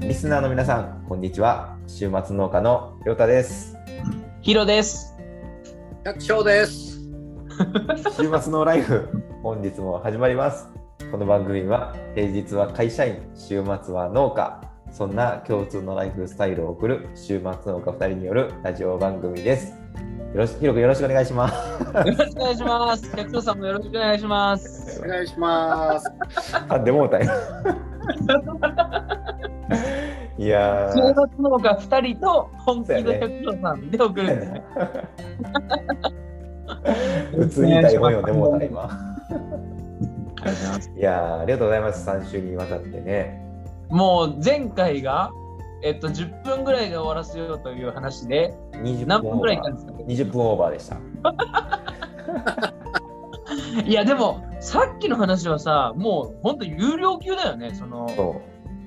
リスナーの皆さん、こんにちは。週末農家のりょうたです。ヒロです。百姓です。週末のライフ、本日も始まります。この番組は、平日は会社員、週末は農家、そんな共通のライフスタイルを送る週末農家2人によるラジオ番組です。よろし、ひろくんよろしくお願いします。よろしくお願いします。百頭さんもよろしくお願いし ます。お願いします。あ、でもうたよ。いや週 末ー。農家二人と本気そうのや百頭さんで送るんですね。普通に台本読んでもうた今。ありがとうございます。いやー、ありがとうございます。3週にわたってね。もう前回がえっと10分ぐらいで終わらせようという話で20何分オぐらいいーったバーんですか。 20分オーバーでした。いやでもさっきの話はさ、もう本当有料級だよね。そのそう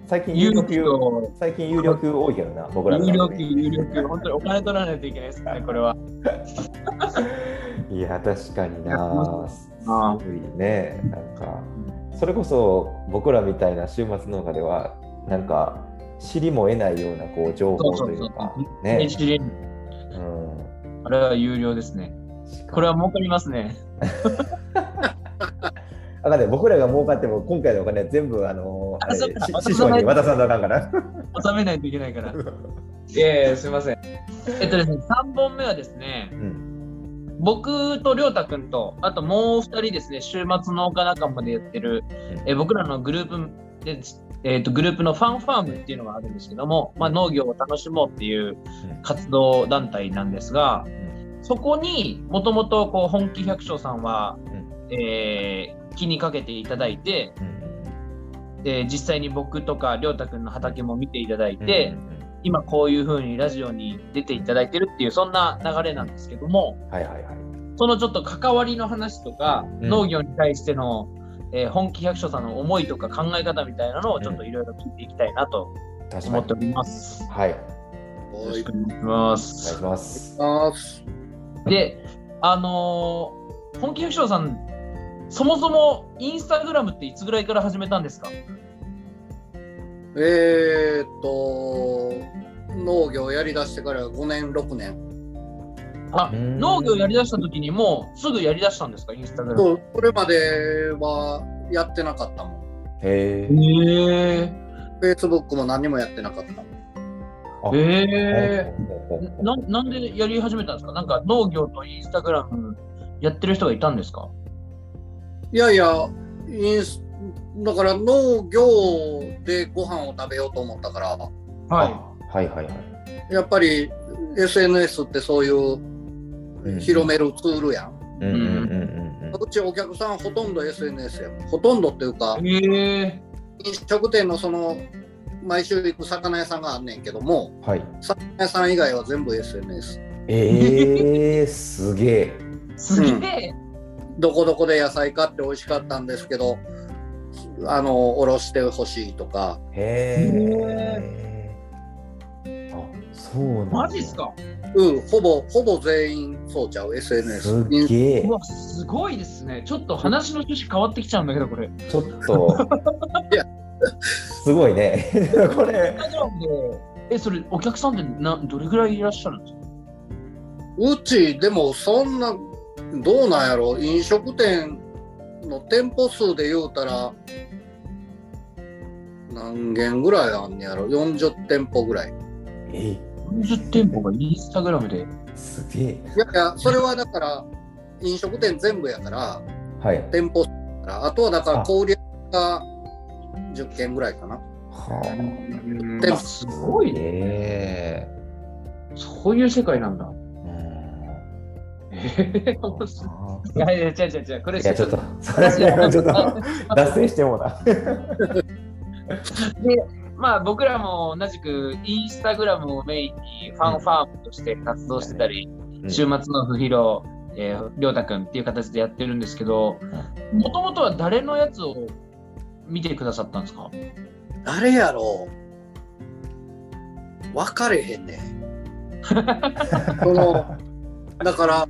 最近有有料料級級、最近有料級多いけどな、僕らの有料中級で有料級本当にお金取らないといけないですねこれは。いや、確かにやってな。すあごいね、なんか、それこそ僕らみたいな週末農家では、なんか、知りも得ないようなこう情報というかそうそう、ね。あうんれは有料ですね。これは儲かりますね。あかんね、僕らが儲かっても、今回のお金は全部、あのーあそっあれかし渡さ師匠ないに渡さんとあかんから。収めないといけない から。いやいや、すみません。えっとですね、3本目はですね、うん僕と亮太くんと、あともう2人ですね、週末農家仲間でやってる、え僕らのグループで、えっとグループのファンファームっていうのがあるんですけども、まあ、農業を楽しもうっていう活動団体なんですが、そこにもともと本気百姓さんは、えー気にかけていただいて、えー実際に僕とか亮太くんの畑も見ていただいうんて、うん今こういう風にラジオに出ていただいてるっていうそんな流れなんですけどもはいはいはい。そのちょっと関わりの話とか、うん農業に対しての、えー本気百姓さんの思いとか考え方みたいなのをちょっといろいろ聞いていきたいなと確思ってかおに。ります。はい、およおろいしくお願いしま願いしす。ます。ます。であのー本気百姓さんそもそもインスタグラムっていつぐらいから始めたんですかえーっと農業やりだしてから5年6年。あうん農業やりだした時にもうすぐやりだしたんですかインスタグラム。そうこれまではやってなかったもん。へーへえ Facebook も何もやってなかった。ー。へーほうほうほうほうななんでやり始めたんですかなんか農業とインスタグラムやってる人がいたんですかいやいやインスだから農業でご飯を食べようと思ったからははいはいはい。やっぱり SNS ってそういううん広めるツールやん。うんうんうんうちお客さんほとんど SNS やもんほとんどっていうかい。へえ飲食店のその毎週行く魚屋さんがあんねんけどもうん。はい。魚屋さん以外は全部 SNS え ー、すげえ。すげえ、どこどこで野菜買って美味しかったんですけどあのおろしてほしいとかへえ。あ、そうなんだマジっす。かうんほぼほぼ全員そうちゃう SNS すっげえう。わすごいですねちょっと話の趣旨変わってきちゃうんだけどこれインちょっ といや。すごいね。 これス。タグラムでえそれお客さんってなどれぐらいいらっしゃるんですかうちでもそんなどうなんやろ飲食店の店舗数で言うたら何軒ぐらいあんねやろ40店舗ぐらいえ、 40店舗がインスタグラムですげえ。いやいや、それはだから、飲食店全部やから、はい。店舗だから、あとはだからあ小売りが10件ぐらいかな。は店あ舗すあ。ごいねね。そういう世界なんだうん。えー、 いやいや違う違う違うこれいやちょっと、それは ちょっと脱線してもうた。まあ僕らも同じくインスタグラムをメインにファンファームとして活動してたり、週末の不披露、えー、りょうたくんっていう形でやってるんですけど、もともとは誰のやつを見てくださったんですか誰やろう分かれへんねん。 そのだから、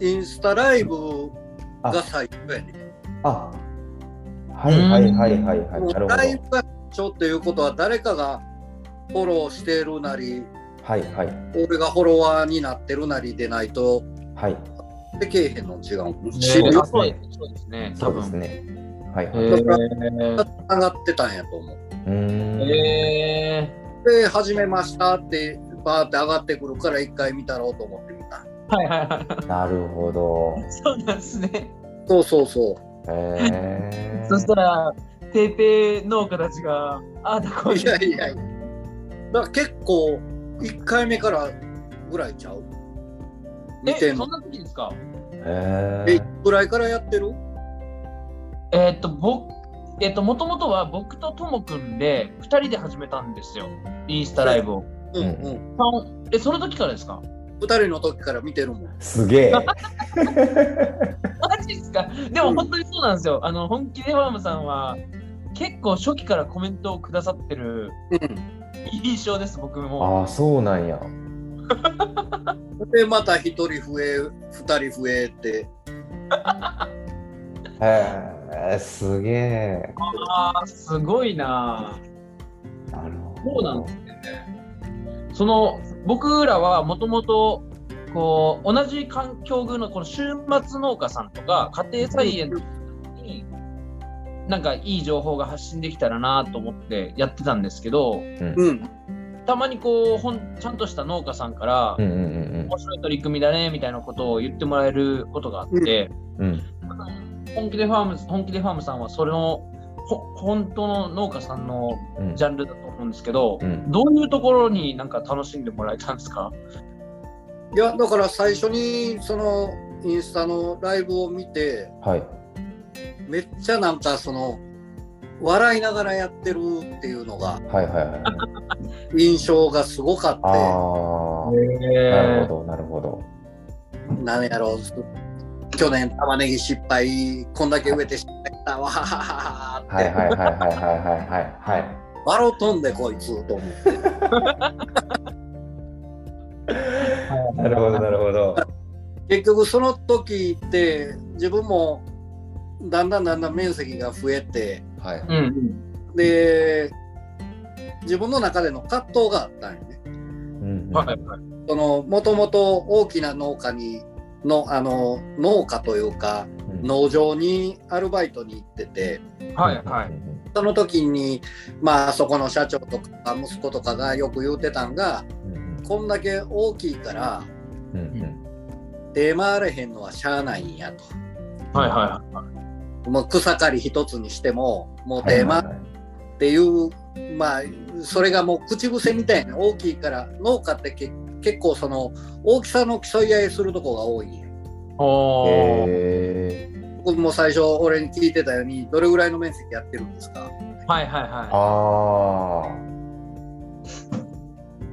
インスタライブが最初やねん。あはいはいはいはいはい。もなうライるブが最初っていうことは、誰かがフォローしてるなりはいはい俺がフォロワーになってるなりでないとはいでけえへんの違うん知うりで合すねそうですね。そうですね。ねはいはいへいがつながってたんやと思ううーえ。んへえ。で始めましたってバーって上がってくるから一回見たろうと思ってみたはいはいはなるほどい。そうなんですね。そうそうそうへえ そしたら、ペーペー農家たちが、ああだこういやいやいやだから結構1回目からぐらいちゃう見てえ、んそんのな時ですかへええぐらいからやってるえーっと、僕、えーっと、もともとは僕とともくんで、二人で始めたんですよ。インスタライブを。うんんうんあのえ、その時からですか2人の時から見てるもんすげえマジですかでも本当にそうなんですよ。あの、本気でファームさんは、結構初期からコメントをくださってるうん印象です、僕も。ああそうなんやでまた1人増え2人増えってへえすげえああ、すごいななるほそうどなんですぁその、僕らはもともと、こう、同じ環境群のこの週末農家さんとか、家庭菜園に、なんかいい情報が発信できたらなと思ってやってたんですけど、うんたまにこう、ほんちゃんとした農家さんからう、んうんうん面白い取り組みだねみたいなことを言ってもらえることがあって、うんうん本気でファーム本気でファームさんはそれのほ本当の農家さんのうんジャンルだと思うんですけど、うんどういうところになんか楽しんでもらえたんですかいやだから最初にそのインスタのライブを見てはいめっちゃなんかその笑いながらやってるっていうのがはいはい はい印象がすごかっあてあなるえほどなるほど何やろうす去年玉ねぎ失敗こんだけ植えて失敗したわは はははって、はいはいはいはいはいはいはいはいバロ飛んでこいつと思ってなるほどなるほど結局その時って自分もだんだんだんだん面積が増えてはいうんうんで自分の中での葛藤があったんよねうんはいはいそのもともと大きな農家にのあの農家というかうん農場にアルバイトに行っててはいはいその時にまあそこの社長とか息子とかがよく言うてたんがうんこんだけ大きいからうんうん出回れへんのはしゃあないんやとはいはもう草刈り一つにしてももうはい出は回いるはいっていう、まあそれがもう口癖みたいな大きいから農家ってけ結構その大きさの競い合いするとこが多いんやいおーへー僕も最初俺に聞いてたようにどれぐらいの面積やってるんですかはいはいはあ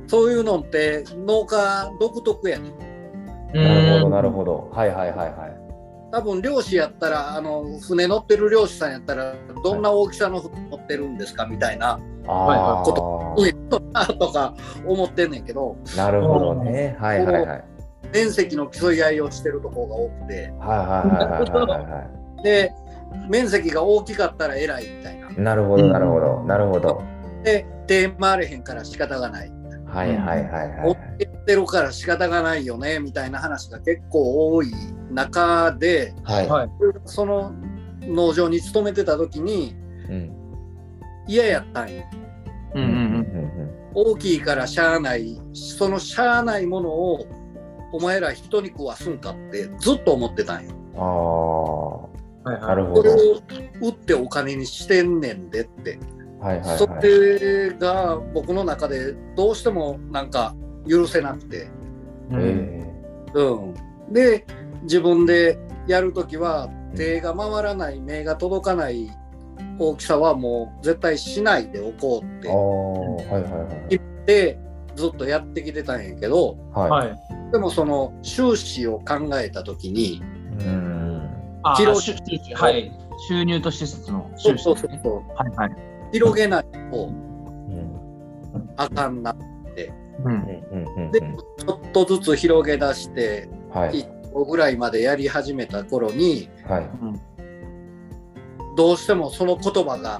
そういうのって農家独特やねんいあなるほうーどんなるほどはいはいはいはい多分漁師やったらあの船乗ってる漁師さんやったらどんな大きさの船乗ってるんですかみたいなは いああは上とかとか思ってんねんけどなるほどねはいはいはいはい面積の競い合いをしてるところが多くてはいはいはいはいはで面積が大きかったら偉いみたいないなるほどなるほどなるほどで手回れへんから仕方がないはいはいはいはい追ってるから仕方がないよねみたいな話が結構多い中ではいはいその農場に勤めてた時にうん嫌やったんよううんんううんんうん大きいからしゃあないそのしゃあないものをお前ら人に食わすんかってずっと思ってたんよああうんはいはいなるほどそれを売ってお金にしてんねんでってはいはいそはいれが僕の中でどうしてもなんか許せなくて、うんえうん、で自分でやるときは手が回らない目が届かない大きさはもう絶対しないでおこうえってああはいはいはい言ってずっとやってきてたんやけどはいはいでもその収支を考えたときにうんあーキロ収収支はい収入と施設のそ収う支そうですそうねそうはいはい広げないとうんあかんなうんうんうんうんでちょっとずつ広げ出してはい5ぐらいまでやり始めた頃にはいうんどうしてもその言葉が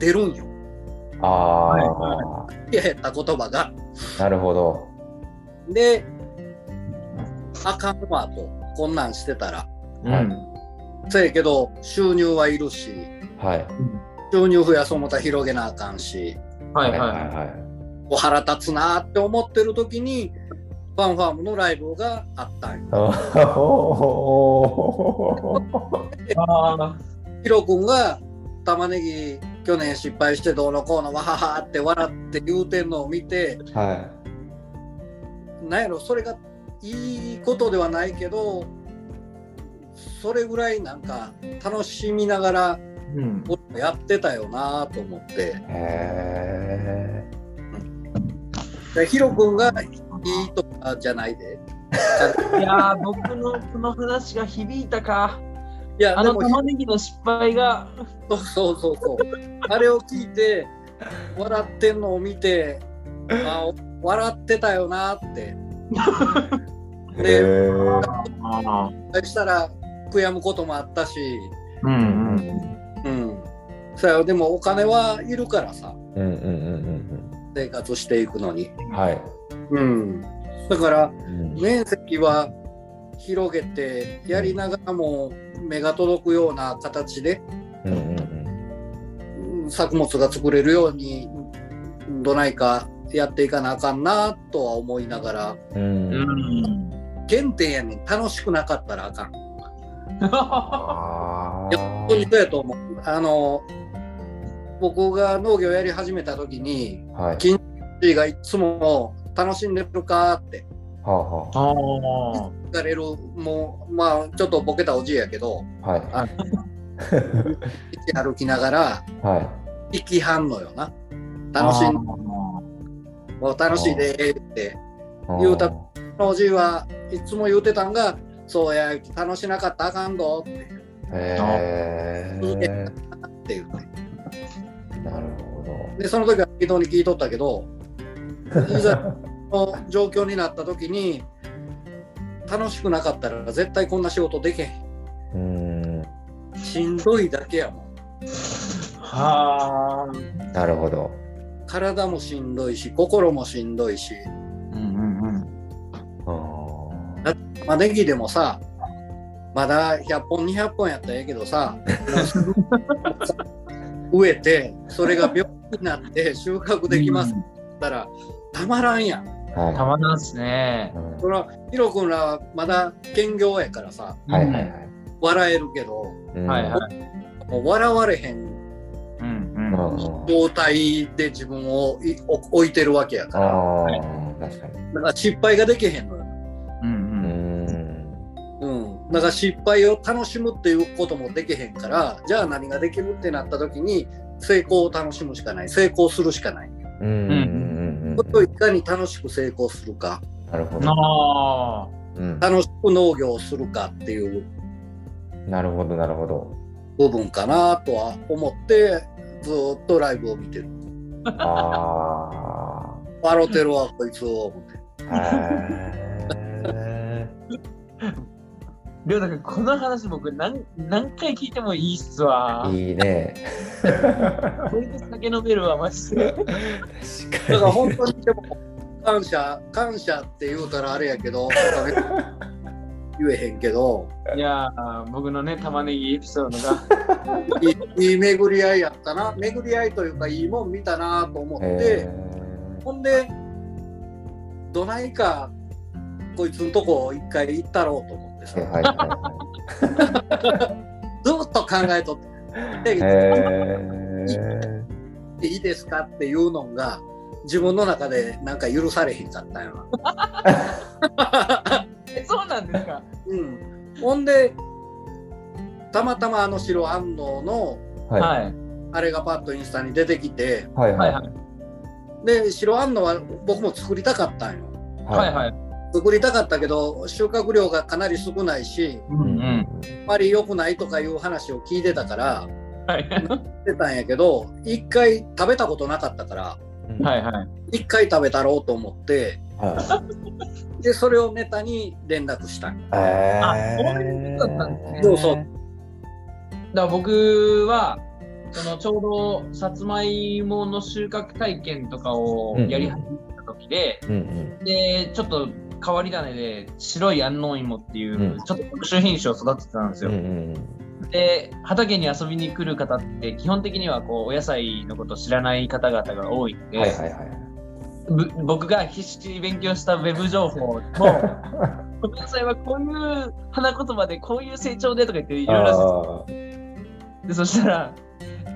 出るんよ。あああはい言った言葉が。なるほど。で、あかんわと、こんなんしてたら。はいせやけど、収入はいるし、はい。収入増やそう思ったら広げなあかんし、はいはいはいははいお腹立つなって思ってる時に、ファンファームのライブがあったんよ。あおーい。あヒロ君が玉ねぎ去年失敗してどうのこうのわははって笑って言うてんのを見て、はなんやろそれがいいことではないけどそれぐらいなんか楽しみながらーうん。俺もやってたよなと思ってい。へえ。でヒロ君がいいとかじゃないでいやー、僕のこの話が響いたか。いやあでのも玉ねぎの失敗が。そう そうそうそうあれを聞いて笑ってんのを見てあ笑ってたよなってへえ。あそしたら悔やむこともあったしううんんううんん。うんそやでもお金はいるからさうんうんうん生活していくのに。うん。はい。うん、だからうん面積は広げてやりながらも目が届くような形でうんうんうんうん作物が作れるようにうんどないかやっていかなあかんなとは思いながらうんううん。ん。原点やねん楽しくなかったらあかん。あいや本当にそうやと思う。あの僕が農業やり始めた時にあ。はい。父がいつも「楽しんでるか?」ってはあはあ聞かれるもうまあちょっとボケたおじいやけどあ。はい。あ道歩きながらはい。行きはんのよな。あ。楽しんい。お楽しいでーって。あー言うたおじいはいつも言うてたんが、そうや、楽しなかったらあかんどってへえ。言うて。なるほど。で、その時は適当に聞いとったけど、いざこの状況になった時に、楽しくなかったら絶対こんな仕事できへん。うん。しんどいだけやもん。はあ。なるほど。体もしんどいし、心もしんどいし、うんうんうん。あまあ、ネギでもさ、まだ100本、200本やったらええけどさ、 植えて、それが病気になって収穫できますって言ったら、たまらんやん。あ。はいた。まなんですね。うんそら、ヒロ君らはまだ兼業やからさ、はいはいい。笑えるけど、うんはいはい。もう笑われへんうんう。うんんうん状態で自分をい置置いてるわけやあから、あ、確かに。だから失敗ができへんのよ。ううんん。うん、だから失敗を楽しむっていうこともできへんからじゃあ何ができるってなった時に成功を楽しむしかない成功するしかないうんうんうんこれをいかに楽しく成功するかうん。なるほうん。など。あ。うん楽しく農業をするかっていうなるほど、なるほど。部分かなとは思ってずーっとライブを見てるあ笑ってるわこいつを思ってあ。へりょうたくん、この話僕何何回聞いてもいいっすわえ。。いいね。これで酒飲めるわ、マジで。確だからか本当にでも感謝感謝って言うたらあれやけど言えへんけどいやー、僕のね、玉ねぎエピソードが。いいいい巡り合いやったな巡り合いというかいいもん見たなと思っに。てへほんでどないかこいつのとこ一回行ったろうと思ってさえはいはいはずっと考 えとってい。でへえ。いいですかっていうのが自分の中でなんか許されへんかったんやな。えそうなんですか。うん、ほんでたまたまあの城安納のははい。あれがパッとインスタに出てきてい。はいははいい。はで城安納は僕も作りたかったんよ。はいはい。作りたかったけど収穫量がかなり少ないしううんんうん。あんまり良くないとかいう話を聞いてたからはいしてたんやけど一回食べたことなかったからうん。。はいいはい。一回食べたろうと思ってはでそれをネタに連絡したんよい。えあそういうことだったんですねそうそうだから僕はそのちょうどさつまいもの収穫体験とかをやり始めた時で、うんうんでちょっと変わり種で白い安納芋っていう、うんちょっと特殊品種を育ててたんですうんうよ、んで畑に遊びに来る方って基本的にはこうお野菜のことを知らない方々が多いんうで、んはいはいはいぶ僕が必死に勉強したウェブ情報もこの野菜はこういう花言葉でこういう成長でとか言っていろいろあーでそしたら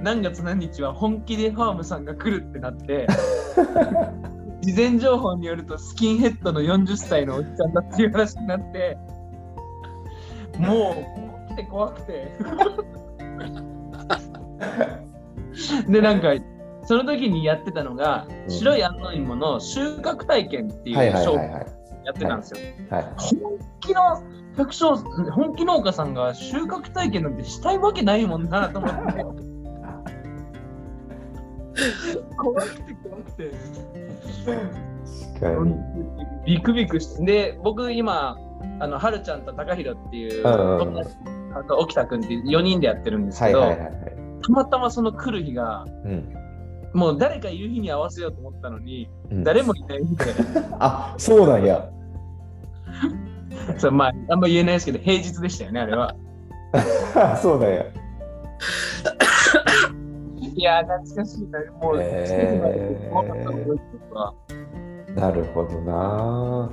何月何日は本気でファームさんが来るってなって 事前情報によるとスキンヘッドの40歳のおっちゃんだっていう話になってもう怖くて怖くてでなんかその時にやってたのが、うん白い安納芋の収穫体験っていうはいはい商は品いはいやってたんですよ、はい本気の百姓本気農家さんが収穫体験なんてしたいわけないもんなと思って怖くて怖くて確かにビクビクしてで僕今あのはるちゃんとたかひろっていううんうん友達あと沖田君って4人でやってるんですはけいど、はいはいはいたまたまその来る日がうんもう誰かいる日に合わせようと思ったのにうん誰もいない日で あそうなんや そうまああんま言えないですけど平日でしたよねあれは。そうなんやいやー、懐かしいな。もう、えー季節が終わったの覚えてるわなるほどな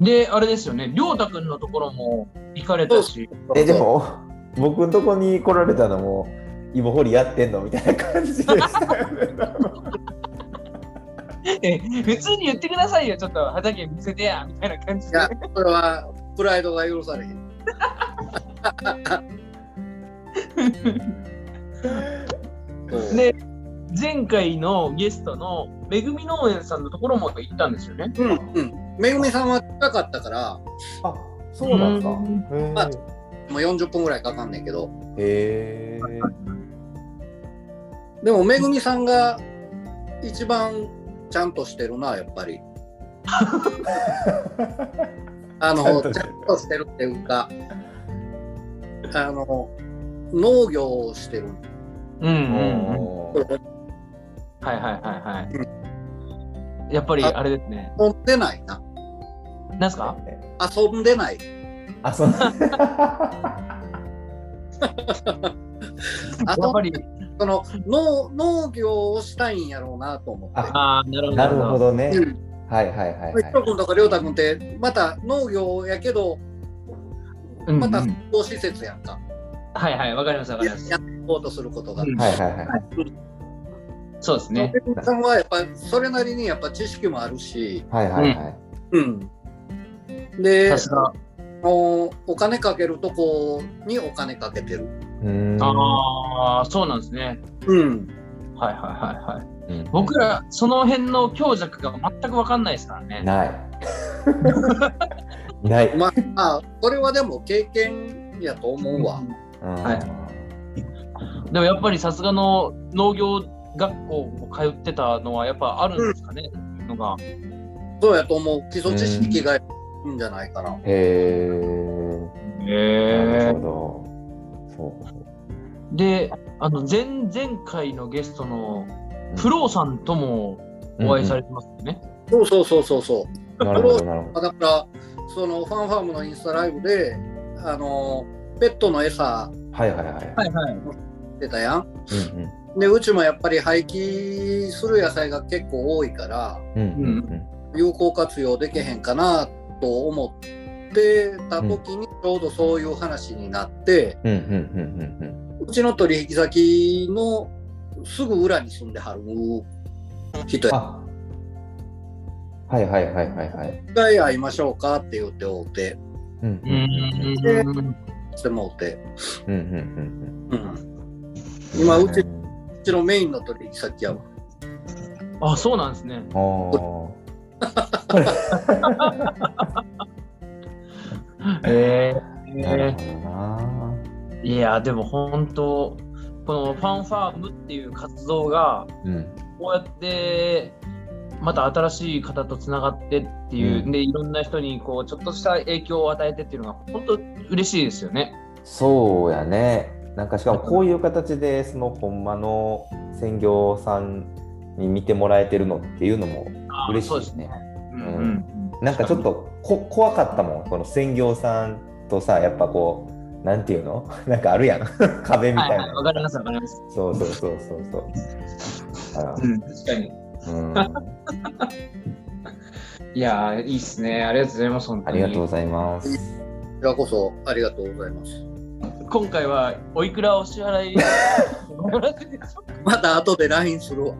で、あれですよね、りょうたくんのところも行かれたし、えでも僕のとこに来られたのも芋掘りやってんのみたいな感じでしたよねえ 普通に言ってくださいよ、ちょっと畑見せてや、みたいな感じいでや。それはプライドが許され へんそうで、前回のゲストのめぐみ農園さんのところも行ったんですよね。うんうんめぐみさんは近かったから あそうなんですかまあもう40分ぐらいかかんねんけどへえへえでもめぐみさんが一番ちゃんとしてるなやっぱりあのちちゃゃんんとしてるっていうかあの農業をしてるううんうんうん。んはいはいはいはい。やっぱりあれですね。遊んでないななんすか遊んでないあ そうあやっぱり、その農農業をしたいんやろうなと思って。あああ、なるほど。なるほ。どねうん、はいはいはいひろ君とかりょうた君ってまた農業やけどうんうんまた復興施設やんか、はいはい、わかりますわかりやますや。っていこうとすることが。うんはいはいはいはいそうですね。お客さんはやっぱそれなりにやっぱ知識もあるし、はいはいはいうん、でさすが。おお金かけるとこにお金かけてる。うーんああ、そうなんですね。うん、はいはいはいはい。うん僕ら、その辺の強弱が全く分かんないですからね。ない ないまあまあそれはでも経験やと思うわ。はいでもやっぱりさすがの農業学校を通ってたのはやっぱあるんですかね、のが。そうやと思う基礎知識がいいんじゃないかな。へえなへるほどそうで、あの前々回のゲストのフローさんともお会いされてますよね。そうそうそうそうそうう。んうんなるほどなるほだからそのファンファームのインスタライブであのペットの餌どはいはいはいいはい。出たやんうんうんでうちもやっぱり廃棄する野菜が結構多いからうんうん有効活用できへんかなと思ってた時にちょうどそういう話になって、うんうんうんうんうんうちの取引先のすぐ裏に住んではる人やあはいはいはいはいはい一回会いましょうかって言っておうてうんううんんうんうん。してもうて、うんうんうん、うん今うちうちのメインの取引先やわあ、そうなんですね。あーへなるえ。ほどないや、でも本当、このファンファームっていう活動が、うんこうやってまた新しい方とつながってっていう、うんでいろんな人にこうちょっとした影響を与えてっていうのが本当嬉しいですよね。そうやねなんかしかもこういう形でそのほんまの専業さんに見てもらえてるのっていうのもあー嬉しそういでですすねね。。ううんんなんかちょっとこ怖かったもんこの専業さんとさやっぱこうなんていうの なんかあるやん 壁みはたいいはい、なわ。かりますわかります。そうそうそうそうそう。あらうん、確かに。うん、いやー、いいっすね。ありがとうございます、本当あに。りがとうございます。こちらこそありがとうございます。今回は、おいくらお支払いもらってるんでしょうかまた後で LINE するわ。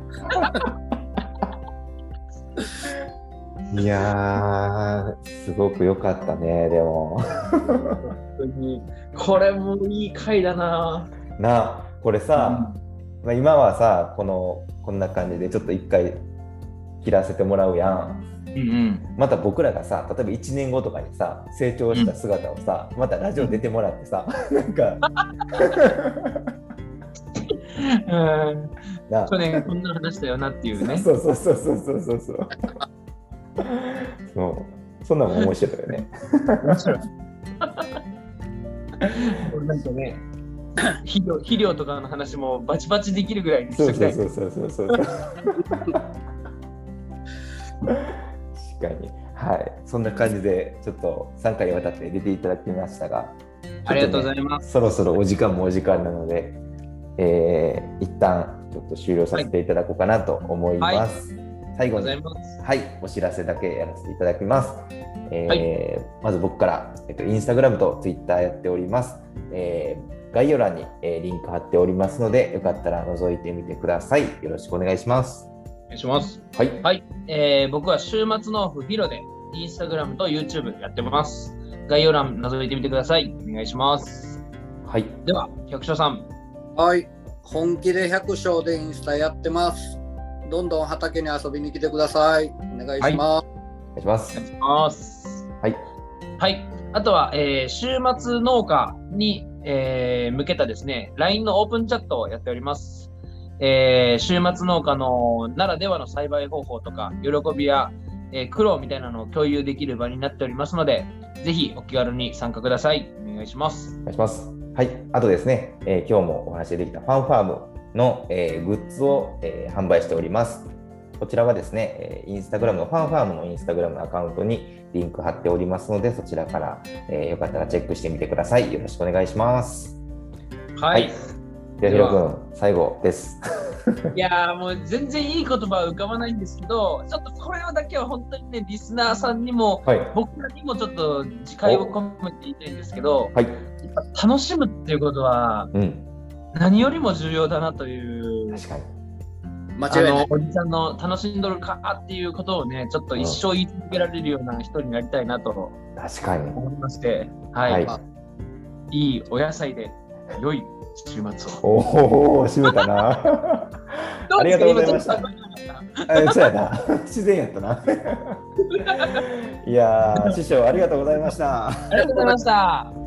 いやー、すごく良かったね、でも。本当にこれもいい回だななあ、これさ、まあ、今はさ、この、こんな感じでちょっと一回切らせてもらうやん。うんうん。また僕らがさ、例えば1年後とかにさ、成長した姿をさ、またラジオ出てもらってさ、なんか、うんなあ去年こんな話だよなっていうね。そうそうそうそうそうそうそう。そう、そんなのも面白いよね。面白い。なんかね、肥料肥料とかの話もバチバチできるぐらいにしそとうきそたうい。そうそうそうそう。確かに。はい、そんな感じで、ちょっと3回にわたって出ていただきましたが、ありがとうございます。そろそろお時間もお時間なので、えー、一旦ちょっと終了させていただこうかなと思います。最あ後にりがとうございます。はい、お知らせだけやらせていただきます。えーはまず僕から、えっと、インスタグラムとツイッターやっております。えー概要欄に、えーリンク貼っておりますので、よかったら覗いてみてください。よろしくお願いします。お願いします。はい、えー僕は週末農夫ヒロで、インスタグラムと YouTube やってます。概要欄覗いてみてください。お願いします。はい、では、百姓さん、はい。本気で百姓でインスタやってます。どんどん畑に遊びに来てください。お願いします。お願いしますお願い。します。はい、はい。あとは、えー週末農家に、えー向けたですね、LINE のオープンチャットをやっております。えー週末農家のならではの栽培方法とか、喜びや、えー苦労みたいなのを共有できる場になっておりますので、ぜひお気軽に参加ください。お願いしますお。願いします。はい、あとですね、えー今日もお話しできたファンファームの、えーグッズを、えー販売しております。こちらはですね、えーインスタグラムのファンファームのインスタグラムのアカウントにリンク貼っておりますので、そちらから、えーよかったらチェックしてみてください。よろしくお願いします。はい。はいい、では、ひでろはくん、最後です。やー、もう全然いい言葉は浮かばないんですけど、ちょっとこれだけは本当にね、リスナーさんにも、はい。僕らにもちょっと次回を込めて言いたいんですけど、はい。楽しむっていうことはうん。何よりも重要だなという確かに。間あ違いなのい。おじさんの楽しんどるかっていうことをねちょっと一生言い続けられるような人になりたいなと確かに。思いまして、はいはいい、いお野菜で良い週末を。おお、締めたな。ありがとうございましたどうですか今ちょっと考えなかっえそうやな。 自然やったな。いやー、師匠、ありがとうございました。たありがとうございました。